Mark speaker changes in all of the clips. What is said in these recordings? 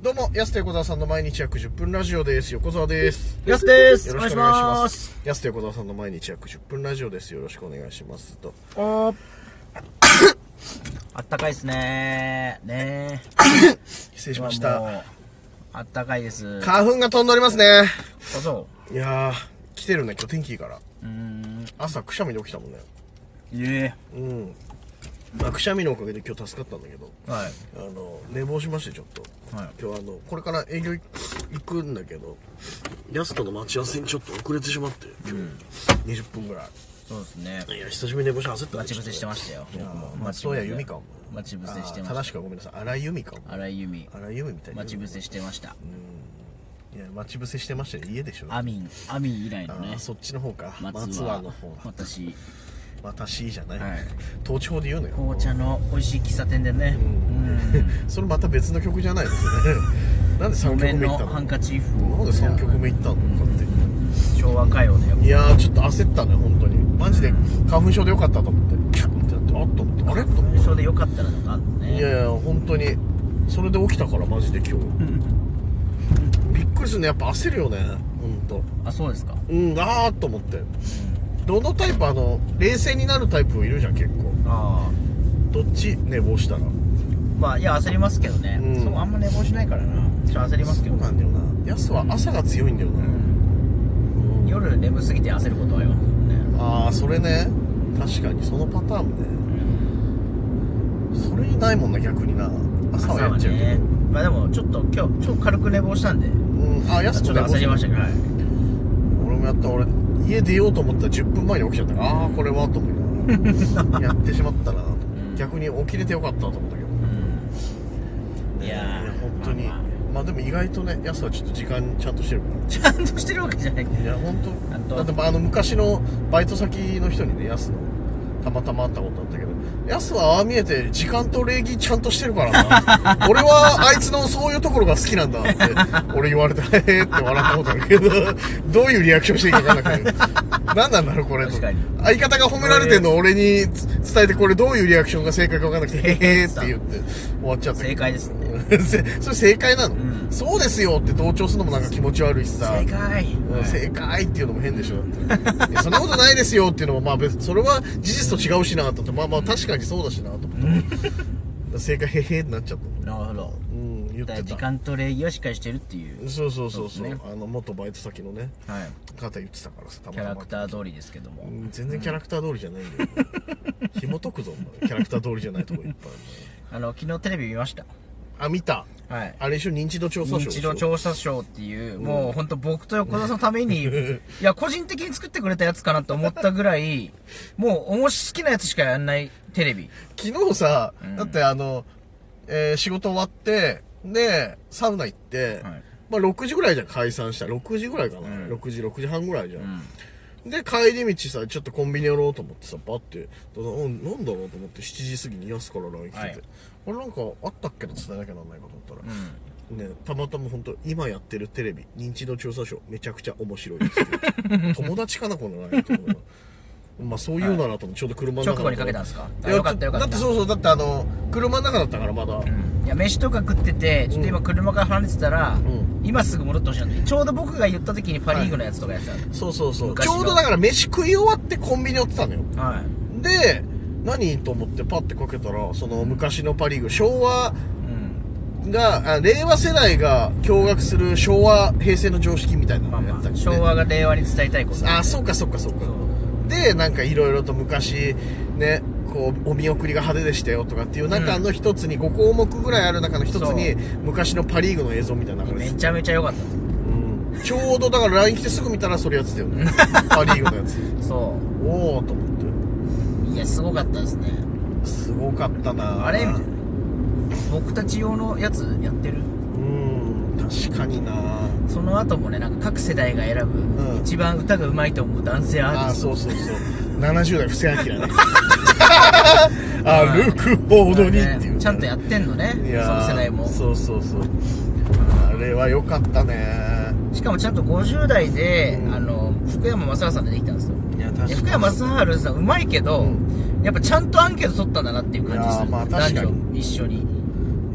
Speaker 1: どうも、安手横澤さんの毎日約10分ラジオです。横澤です。
Speaker 2: やすです
Speaker 1: よろしくお願いします。。安手横澤さんの毎日約10分ラジオです。よろしくお願いします。と。
Speaker 2: おあったかいですねね
Speaker 1: 失礼しまし
Speaker 2: も
Speaker 1: た。
Speaker 2: うあったかいです。あ、
Speaker 1: 花粉が飛んでおりますね。
Speaker 2: そ
Speaker 1: いやー、来てるね、今日天気いいから。
Speaker 2: う。うーん。
Speaker 1: 朝、くしゃみで起きたもんね。
Speaker 2: いえ。
Speaker 1: うん。まあ、くしゃみのおかげで今日助かったんだけど、
Speaker 2: はい。
Speaker 1: あの、寝坊しまして、ちょっと。
Speaker 2: はい
Speaker 1: 今日あの、これから営業い行くんだけど、ヤスとの待ち合わせにちょっと遅れてしまって、今日、20分ぐら
Speaker 2: そうですね。
Speaker 1: い。いや、久しぶりに寝坊して焦ったね
Speaker 2: 待ち伏せしてましたよ。
Speaker 1: いや
Speaker 2: 僕も
Speaker 1: ー松任谷由実かも
Speaker 2: 待ち伏せして
Speaker 1: あ
Speaker 2: ま
Speaker 1: ー
Speaker 2: した
Speaker 1: 正。しくはごめんなさい荒井由実かも
Speaker 2: 荒井由実。
Speaker 1: 荒井由実みたいな
Speaker 2: 待ち伏せしてました。
Speaker 1: いや待ち伏せしてましたよ家でしょ
Speaker 2: アミン、アミン以来
Speaker 1: あ
Speaker 2: の
Speaker 1: ー
Speaker 2: ね。
Speaker 1: そっちの方か松
Speaker 2: 松
Speaker 1: 葉
Speaker 2: は
Speaker 1: の方だ
Speaker 2: 私、
Speaker 1: 私じゃない、
Speaker 2: はい
Speaker 1: 統治法で言うのよ
Speaker 2: 紅茶の美味しい喫茶店でね。うん。
Speaker 1: それまた別の曲じゃないの なんで3
Speaker 2: お
Speaker 1: 曲目
Speaker 2: 面
Speaker 1: 行
Speaker 2: の
Speaker 1: ったの
Speaker 2: ハ
Speaker 1: なん
Speaker 2: ン
Speaker 1: で
Speaker 2: カチーフを。
Speaker 1: 3曲目行ったのかって
Speaker 2: 昭和歌謡でやっ
Speaker 1: いやーちょっと焦ったね本当にマジで花粉症でよかったと思ってキャッてなってあっと思ってあれと思っ
Speaker 2: ぱそれでよかったらとかあるの
Speaker 1: てい
Speaker 2: ね
Speaker 1: やいや本当にそれで起きたからマジで今日びっくりするねやっぱ焦るよね本当。
Speaker 2: あそうですか
Speaker 1: うんあーっと思ってどのタイプあの冷静になるタイプいるじゃん結構
Speaker 2: ああ
Speaker 1: どっち寝坊したら
Speaker 2: まあいや焦りますけどね、
Speaker 1: うん
Speaker 2: そうあんま寝坊しないからなちょっと焦りますけど、
Speaker 1: なんだよなやすは朝が強いんだよな、
Speaker 2: うん夜眠すぎて焦ることはありますもんね
Speaker 1: ああそれね確かにそのパターンねそれいないもんな逆にな朝はやっちゃうけど、
Speaker 2: まあでもちょっと今日ちょっと軽く寝坊したんで
Speaker 1: うんあーやす
Speaker 2: ちょ
Speaker 1: と
Speaker 2: っと
Speaker 1: 寝坊
Speaker 2: 焦
Speaker 1: し
Speaker 2: り
Speaker 1: た
Speaker 2: ましたけどはい
Speaker 1: 俺もやった俺家出ようと思ったら10分前に起きちゃったからああこれはと思いながらやってしまったなと逆に起きれてよかったと思ったけど
Speaker 2: いや
Speaker 1: いや
Speaker 2: ー
Speaker 1: 本当に
Speaker 2: まあま
Speaker 1: まあでも意外とねやすはちょっと時間ちゃんとしてるか
Speaker 2: あちゃんとしてるわけじゃないけ
Speaker 1: らいや本
Speaker 2: ちゃん
Speaker 1: 当
Speaker 2: と
Speaker 1: だってまああの昔のバイト先の人にねやすのたまたま会ったことあったけどやすはああ見えて時間と礼儀ちゃんとしてるから な俺はあいつのそういうところが好きなんだって俺言われて へえって笑ったことあるけどどういうリアクションしていいか分かんなくて何なんだろうこれと
Speaker 2: 確かに
Speaker 1: 相方が褒められてんの俺に伝えてこれどういうリアクションが正解か分かんな くてへえって言って終わっちゃった
Speaker 2: ど
Speaker 1: けど
Speaker 2: 正解ですって
Speaker 1: せ それ正解なの、
Speaker 2: ん
Speaker 1: そうですよって同調するのもなんか気持ち悪いしさ
Speaker 2: 正解
Speaker 1: うん正解っていうのも変でしょだっていやそんなことないですよっていうのもまあ別それは事実と違うしなと思ってまあまあ確かにそうだしなと思って正解へへってなっちゃった
Speaker 2: なるほど
Speaker 1: うん言って
Speaker 2: だから
Speaker 1: た
Speaker 2: 時間と礼儀をしっかりしてるっていう、
Speaker 1: そうそうそうそう
Speaker 2: そうですね
Speaker 1: あの元バイト先のね
Speaker 2: はい、
Speaker 1: 方言ってたからさたま
Speaker 2: キャ
Speaker 1: たま
Speaker 2: ラクター通りですけども、
Speaker 1: うん全然キャラクター通りじゃないんだよ、紐解くぞお前キャラクター通りじゃないとこいっぱいある
Speaker 2: あの昨日テレビ見ました
Speaker 1: あ見た
Speaker 2: はい
Speaker 1: あれ一緒認知度調査
Speaker 2: 認
Speaker 1: 書
Speaker 2: 知度調査賞っていう、もう本当僕と横田さんのため に、いや、個人的に作ってくれたやつかなと思ったぐらい、もう、おもし好きなやつしかやんないテレビ。
Speaker 1: 昨日さ、だってあの、えー仕事終わって、で、サウナ行って、
Speaker 2: はい
Speaker 1: まあ6時ぐらいじゃん、解散した。6時ぐらいかな。
Speaker 2: うん
Speaker 1: 6時、6時半ぐらいじゃん。で、帰り道さ、ちょっとコンビニ寄ろうと思ってさ、バッて、だなうんなんだろうと思って、7時過ぎに安から LINE 来てて、
Speaker 2: はい
Speaker 1: あれなんかあったっけな伝えなきゃなんないかと思ったら、ね、たまたま本当今やってるテレビ、認知度調査書、めちゃくちゃ面白いです って。友達かな、この LINE と思うのまあそういうのだなと思って、ちょうど車の中
Speaker 2: 直後にかけたんですか
Speaker 1: い
Speaker 2: あ
Speaker 1: や
Speaker 2: よかったよかった
Speaker 1: だってそうそうだってあの車の中だったからまだ、
Speaker 2: いや、飯とか食ってて、ちょっと今車から離れてたら、
Speaker 1: ん
Speaker 2: 今すぐ戻ってほしいなってちょうど僕が言った時にパリーグのやつとかやってたんで
Speaker 1: そうそうそう
Speaker 2: 昔
Speaker 1: ち
Speaker 2: の
Speaker 1: ょうどだから飯食い終わってコンビニ寄ってたのよ
Speaker 2: はい。
Speaker 1: で何と思ってパッてかけたらその昔のパ・リーグ昭和
Speaker 2: うん。
Speaker 1: があ令和世代が驚愕する昭和平成の常識みたいな
Speaker 2: まあ
Speaker 1: のやってた
Speaker 2: まあ、
Speaker 1: りね
Speaker 2: 昭和が令和に伝えたいこと。
Speaker 1: あそうかそうかそうかでなんかいろいろと昔ねこうお見送りが派手でしたよとかっていう中の一つに、5項目ぐらいある中の一つに昔のパ・リーグの映像みたいなのが流れて
Speaker 2: め
Speaker 1: て
Speaker 2: ちゃめちゃ良かったで
Speaker 1: うんちょうどだから LINE 来てすぐ見たらそれやってたよね パ・リーグのやつ
Speaker 2: す。そ
Speaker 1: おおと思っ
Speaker 2: う。いや、すごかったですね。
Speaker 1: てすごかったな
Speaker 2: あれみたいな。僕たち用のやつやってる
Speaker 1: うん確かにな
Speaker 2: その後もねなんか各世代が選ぶ、
Speaker 1: ん
Speaker 2: 一番歌がうまいと思う男性アー
Speaker 1: あ
Speaker 2: テ
Speaker 1: あ
Speaker 2: ィス
Speaker 1: そうそうそう70代布施明 だね歩くほ
Speaker 2: ト
Speaker 1: どに
Speaker 2: ね
Speaker 1: っていう、
Speaker 2: ちゃんとやってんのねその
Speaker 1: いやー
Speaker 2: 世代も
Speaker 1: そうそうそうあれは良かったね
Speaker 2: しかもちゃんと50代で、
Speaker 1: うん
Speaker 2: あの福山雅治さん出てきたんですよ
Speaker 1: いや
Speaker 2: で福山雅治さんうまいけど、
Speaker 1: うん
Speaker 2: やっぱちゃんとアンケート取ったんだなっていう感じす
Speaker 1: いやー
Speaker 2: る、
Speaker 1: まあ確かに
Speaker 2: 男女一緒に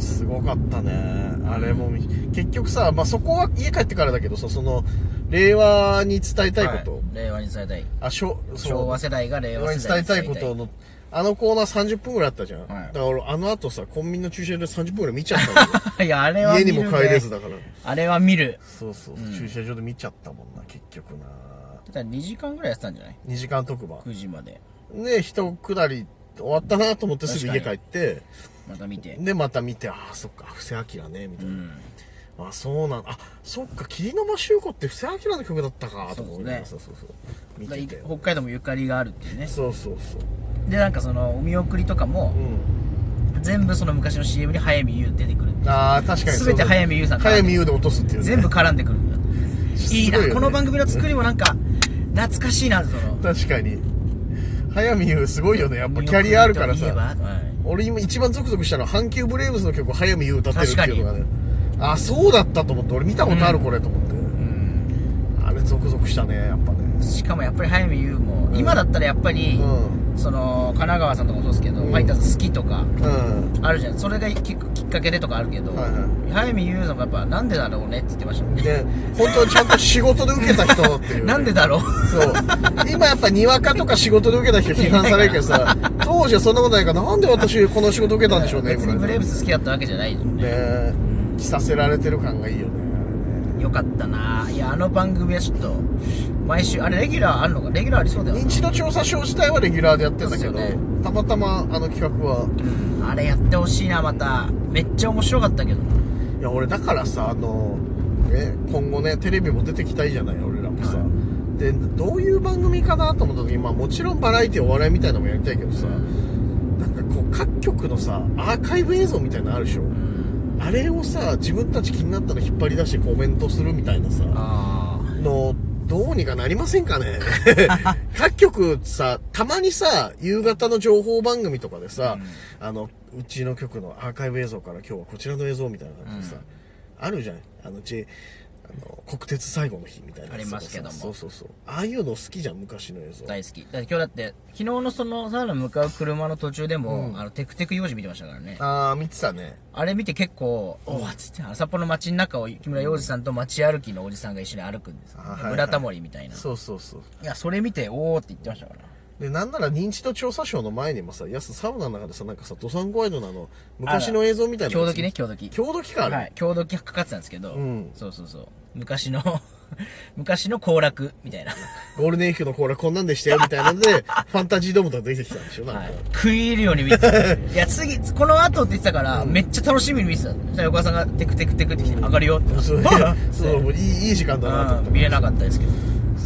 Speaker 1: すごごかったねあれもみ結局さ、まあ、そこは家帰ってからだけどさその令和に伝えたいこと、
Speaker 2: はい令和に伝えたい
Speaker 1: あしょそう
Speaker 2: 昭和世代が令
Speaker 1: 令和
Speaker 2: 和
Speaker 1: に
Speaker 2: 世
Speaker 1: 伝
Speaker 2: 代
Speaker 1: えたいことのあのコーナー30分ぐらいあったじゃん、
Speaker 2: はい
Speaker 1: だから俺あの後さコンビニの駐車場で30分ぐらい見ちゃったのよ
Speaker 2: い やあれは見
Speaker 1: 家
Speaker 2: る、
Speaker 1: に
Speaker 2: ね、
Speaker 1: も帰れずだから
Speaker 2: あれは見る
Speaker 1: そうそう、駐車場で見ちゃったもんな結局な
Speaker 2: だ2時間ぐらいやってたんじゃない
Speaker 1: 2時間特番
Speaker 2: 9時まで
Speaker 1: で一下り終わったなと思ってすぐ家帰って
Speaker 2: また見て
Speaker 1: でまた見てああそっか布施明ねみたいな、あそうなんあそっか霧の間修子って布施明の曲だったかと思いながら
Speaker 2: そ
Speaker 1: そうそうそう見
Speaker 2: だ
Speaker 1: てて
Speaker 2: 北海道もゆかりがあるっていうね
Speaker 1: そうそうそう
Speaker 2: でなんかそのお見送りとかも
Speaker 1: うん
Speaker 2: 全部その昔の CM に早見優出てくるっていう
Speaker 1: ああ確かに
Speaker 2: 全て早見優さんから
Speaker 1: 早見優で落とすっていうね
Speaker 2: 全部絡んでくるいい
Speaker 1: す
Speaker 2: な
Speaker 1: ごよね
Speaker 2: この番組の作りもなんか懐かしいなその
Speaker 1: 確かに早見優すごいよねやっぱキャリアあるから
Speaker 2: 見送り
Speaker 1: さ
Speaker 2: といえばはい
Speaker 1: 俺今一番ゾクゾクしたのは阪急ブレーブスの曲を早見優歌ってるっていうのがね
Speaker 2: 確
Speaker 1: あそうだったと思って俺見たことあるこれと思って、
Speaker 2: うん
Speaker 1: あれゾクゾクしたねやっぱね
Speaker 2: しかもやっぱり早見優も、今だったらやっぱり、
Speaker 1: うん
Speaker 2: その神奈川さんとかもそうですけど、
Speaker 1: うん
Speaker 2: ファイターズ好きと
Speaker 1: う
Speaker 2: か
Speaker 1: ん
Speaker 2: あるじゃんそれが結構きっかけでとかあるけど、
Speaker 1: はいは
Speaker 2: 早見優さんもやっぱなんでだろうねって言ってましたもんね
Speaker 1: で本当にちゃんと仕事で受けた人っていうね、
Speaker 2: なんでだろう
Speaker 1: そう今やっぱにわかとか仕事で受けた人批判されるけど さ当時はそんなことないからなんで私この仕事受けたんでしょうね
Speaker 2: 別に
Speaker 1: ぐ
Speaker 2: ブ
Speaker 1: ら
Speaker 2: レ
Speaker 1: い
Speaker 2: ー
Speaker 1: ね
Speaker 2: ブス好きだったわけじゃないよね
Speaker 1: 着させられてる感がいいよね
Speaker 2: よかったないやあの番組はちょっと毎週あれレギュラーあるのかレギュラーありそうだよね
Speaker 1: 認知度調査書自体はレギュラーでやってんだけど、
Speaker 2: そうっすよ
Speaker 1: たまたまあの企画は
Speaker 2: うんあれやってほしいなまためっちゃ面白かったけどない
Speaker 1: や俺だからさあの、ね、今後ねテレビも出てきたいじゃない俺らもさ、
Speaker 2: は
Speaker 1: でどういう番組かなと思った時に、まあ、もちろんバラエティお笑いみたいなのもやりたいけどさ、なんかこう各局のさアーカイブ映像みたいなのあるでしょ、あれをさ自分たち気になったの引っ張り出してコメントするみたいなさ
Speaker 2: ああ
Speaker 1: のどうにかなりませんか ね各局さたまにさ夕方の情報番組とかでさ、あのうちの局のアーカイブ映像から今日はこちらの映像みたいな感じでさ、あるじゃんあの J あの国鉄最後の日みたいなやつとかさ
Speaker 2: ありますけども
Speaker 1: そうそうそうああいうの好きじゃん昔の映像
Speaker 2: 大好きだって今日だって昨日のそのサウナ向かう車の途中でも、あのテクテク用事見てましたからねあ
Speaker 1: ああ見てたね
Speaker 2: れ見て結構おわっつってあの札幌の街の中を木村洋二さんと街歩きのおじさんが一緒に歩くんですよ
Speaker 1: あはいはい
Speaker 2: 村タモリみたいない
Speaker 1: そうそうそう
Speaker 2: やそれ見ておおって言ってましたから
Speaker 1: で、なんなら認知度調査賞の前にもさ、やすサウナの中でさ、なんかさ、ドサンゴワイドのあの、昔の映像みたいな
Speaker 2: 強
Speaker 1: のが
Speaker 2: 時ね強時
Speaker 1: 強度期間ある。
Speaker 2: はい強時かかってたんですけど、
Speaker 1: ん
Speaker 2: そうそうそう昔の 昔の行楽みたいな、
Speaker 1: ゴールデンウィークのコーラこんなんでしたよ、みたいなの で、ファンタジードームとか出てきたんでしょ、なんか。
Speaker 2: はい、食い入るように見 てたいや次この後って言ってたから、めっちゃ楽しみに見てたそしたら横川さんがテクテクテクって来て上がるよって
Speaker 1: そうい やそうもういいいい時間だなと思
Speaker 2: う
Speaker 1: っ
Speaker 2: ん見れなかったですけど
Speaker 1: て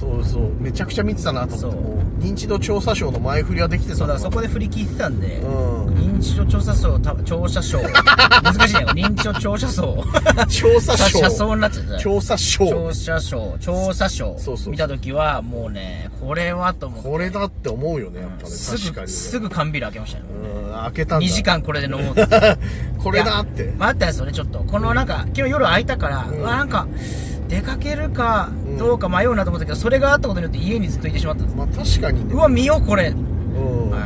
Speaker 1: そうそうめちゃくちゃ見てたなと思って
Speaker 2: そう
Speaker 1: もう認知度調査賞の前振りはできてた
Speaker 2: そうだ
Speaker 1: な
Speaker 2: からそこで振り切ってたんで、
Speaker 1: うん
Speaker 2: 認知症調査層た調 査層難しいね認知症調査層
Speaker 1: 調査賞
Speaker 2: 調査層になっちゃった
Speaker 1: 調査賞
Speaker 2: 調査層調査層
Speaker 1: そうそう
Speaker 2: 見た時はもうねこれはと思って
Speaker 1: これだって思うよねやっぱね
Speaker 2: す
Speaker 1: 確か
Speaker 2: ぐ
Speaker 1: に
Speaker 2: すぐ缶ビール開けましたよ、
Speaker 1: うん開けたんだ
Speaker 2: 2時間これで飲もうって
Speaker 1: これだって
Speaker 2: 待ったんですよねちょっとこのなんか昨日夜空いたから、うわなんか出かけるかどうか迷うなと思ったけど、それがあったことによって家にずっといてしまったんです
Speaker 1: まあ確かにね
Speaker 2: うわ見ようこれ
Speaker 1: うん
Speaker 2: はい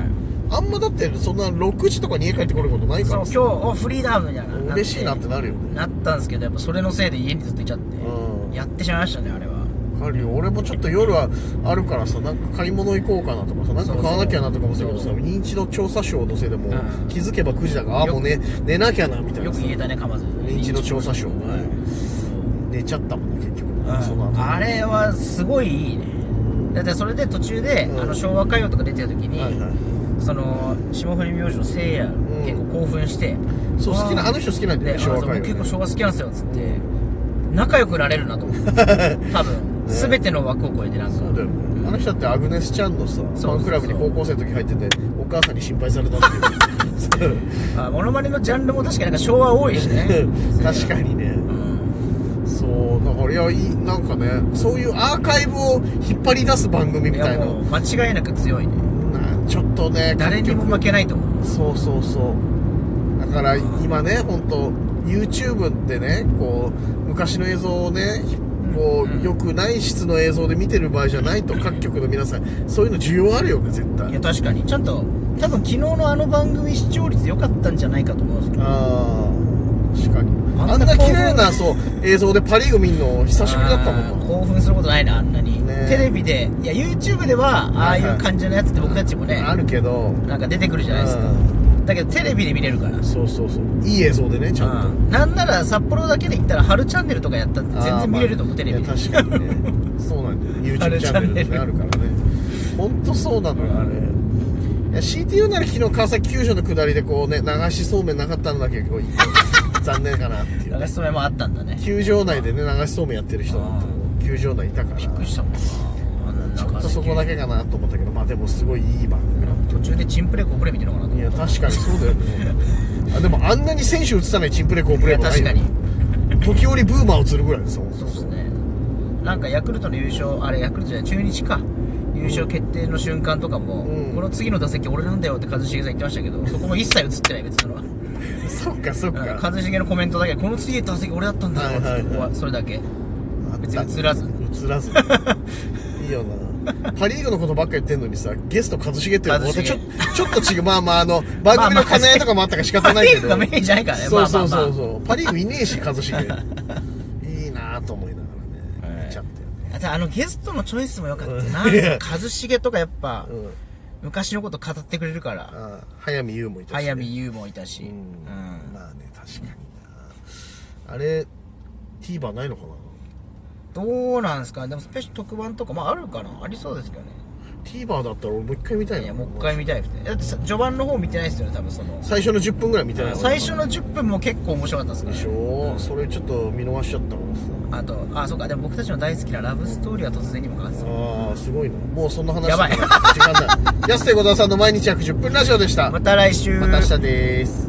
Speaker 1: あんまだってそんな6時とかに家帰ってこることないか
Speaker 2: そう
Speaker 1: ら
Speaker 2: 今日おフリーダーみたいな
Speaker 1: 嬉しいなってなるよね
Speaker 2: なったんですけどやっぱそれのせいで家にずっといちゃって、
Speaker 1: うん
Speaker 2: やってしまいましたねあれは
Speaker 1: わかるよ俺もちょっと夜はあるからさなんか買い物行こうかなとかさなんか買わなきゃなとかもするけどさ
Speaker 2: そう
Speaker 1: 認知度調査賞のせいでもう
Speaker 2: うん
Speaker 1: 気づけば9時だからあ
Speaker 2: よく
Speaker 1: もうね寝なきゃなみたいな
Speaker 2: よく
Speaker 1: さ
Speaker 2: 言えたねかまず
Speaker 1: 認知度調査賞
Speaker 2: はい
Speaker 1: 寝ちゃったもんね結局
Speaker 2: うん
Speaker 1: その後
Speaker 2: あれはすごいいいねだってそれで途中で、
Speaker 1: うん
Speaker 2: あの昭和歌謡とか出てた時に、
Speaker 1: はいはい
Speaker 2: その霜降り明星のせいや、結構興奮して
Speaker 1: そう
Speaker 2: わー
Speaker 1: 好きなあの人好きなんだよね
Speaker 2: で
Speaker 1: 昭和
Speaker 2: あそう
Speaker 1: 歌謡
Speaker 2: 僕
Speaker 1: ね
Speaker 2: 結構昭和好きなんですよっつって仲良くなれるなと思って 多分、全ての枠を超えてなんか
Speaker 1: そうだよねあの人だってアグネスちゃんのさフ
Speaker 2: そう
Speaker 1: ァンクラブに高校生の時入っててお母さんに心配されたっていう
Speaker 2: あモノマネのジャンルも確かになんか昭和多いしね
Speaker 1: そう 確かにね
Speaker 2: うん
Speaker 1: そうだからいやいいなんかねそういうアーカイブを引っ張り出す番組み
Speaker 2: い
Speaker 1: た
Speaker 2: や
Speaker 1: いな
Speaker 2: もう間違いなく強いね
Speaker 1: なちょっとね
Speaker 2: 誰にも負けないと思う
Speaker 1: そうそうそうだから今ね本当 YouTube ってねこう昔の映像をねこう良くない質の映像で見てる場合じゃない と各局の皆さんそういうの需要あるよね絶
Speaker 2: い
Speaker 1: 対
Speaker 2: や確かにちゃんと多分昨日のあの番組視聴率良かったんじゃないかと思うんですけど
Speaker 1: あ確かにあ
Speaker 2: あ
Speaker 1: ん
Speaker 2: んな
Speaker 1: な綺麗なそう映像でパ・リーグ見んの久しぶりだったもん
Speaker 2: あー
Speaker 1: な
Speaker 2: 興奮することないなあんなに、
Speaker 1: ね
Speaker 2: テレビでいや YouTube ではああいう感じのやつって僕たちもね、
Speaker 1: あるけど
Speaker 2: なんか出てくるじゃないですか、
Speaker 1: う
Speaker 2: だけどテレビで見れるから、
Speaker 1: そうそうそういい映像でねちゃんと
Speaker 2: うんなんなら札幌だけで行ったら春チャンネルとかやったって全
Speaker 1: あー
Speaker 2: 然見れると
Speaker 1: ま
Speaker 2: 思
Speaker 1: あ
Speaker 2: うテレビ
Speaker 1: い
Speaker 2: で
Speaker 1: や確かにねそうなんだよ
Speaker 2: あ
Speaker 1: YouTube
Speaker 2: れ
Speaker 1: チャンネルって
Speaker 2: チャ
Speaker 1: あ
Speaker 2: ンネ
Speaker 1: るからね本当そうなのよあれいや強いて言うなら昨日川崎球場の下りでこうね流しそうめんなかったのだけ こう残念かなっていう
Speaker 2: 流しそめもあったんだね
Speaker 1: 球場内でね流しそうめんやってる人なんて球場内いたから
Speaker 2: びっくりしたもんなあん
Speaker 1: ち
Speaker 2: な
Speaker 1: ょっ
Speaker 2: 中
Speaker 1: とそこだけかなと思ったけどまあでもすごいいい番組だっ
Speaker 2: 途中でチンプレコブレ見てるのかなと
Speaker 1: たいや確かにそうだよ ねあでもあんなに選手映さないチンプレコープレ
Speaker 2: い
Speaker 1: ー
Speaker 2: や
Speaker 1: もない
Speaker 2: 確
Speaker 1: よ
Speaker 2: かに
Speaker 1: 時折ブーマーを釣るぐらいですもん
Speaker 2: そうですねなんかヤクルトの優勝あれヤクルトじゃない中日か優勝決定の瞬間とかも、
Speaker 1: うん
Speaker 2: この次の打席俺なんだよって一茂さん言ってましたけどそこも一切映ってない別には
Speaker 1: そっかそっ
Speaker 2: うん
Speaker 1: か
Speaker 2: 一茂のコメントだけこの次の打席俺だったんだよっつって
Speaker 1: はいはいはい
Speaker 2: ここはそれだけ別
Speaker 1: あった
Speaker 2: に映らず
Speaker 1: 映らず いいよなパ・リーグのことばっか言ってんのにさゲスト一茂っていうのもまたちょ
Speaker 2: 一
Speaker 1: ちょっと違うまあまああの番組の兼ね合いとかもあったから仕方ないけど
Speaker 2: まあまあパリーグがメインじゃないからね
Speaker 1: そうそう
Speaker 2: まあ
Speaker 1: そ
Speaker 2: ま
Speaker 1: う
Speaker 2: あ
Speaker 1: そうパ・リーグいねえし一茂いいなぁと思いながら
Speaker 2: は
Speaker 1: ね
Speaker 2: い
Speaker 1: 見ちゃったよね
Speaker 2: あとあのゲストのチョイスも良かったな
Speaker 1: うんいや
Speaker 2: 一茂とかやっぱ、
Speaker 1: うん
Speaker 2: 昔のこと語ってくれるから
Speaker 1: あ早見優もいたしね
Speaker 2: 早見優もいたし、
Speaker 1: う
Speaker 2: うんん
Speaker 1: まあね確かになあれ TVer ないのかな
Speaker 2: どうなんですかねでもスペシャル特番とかまああるかなありそうですけどね
Speaker 1: TVer だったら俺もう一回見たいない
Speaker 2: やもう一回見たいですねだってさ序盤の方見てないですよね多分その
Speaker 1: 最初の10分ぐらい見てない
Speaker 2: 最初
Speaker 1: の
Speaker 2: の10分も結構面白かったですか
Speaker 1: で
Speaker 2: ら
Speaker 1: し
Speaker 2: ね
Speaker 1: ょそれちょっと見逃しちゃったからさ
Speaker 2: あとあそうかでも僕たちの大好きなラブストーリーは突然にも変わってた
Speaker 1: ああすごいなもうそんな話
Speaker 2: やばい
Speaker 1: 時間ない安手小沢さんの毎日約10分ラジオでしたま
Speaker 2: また来週
Speaker 1: た明日です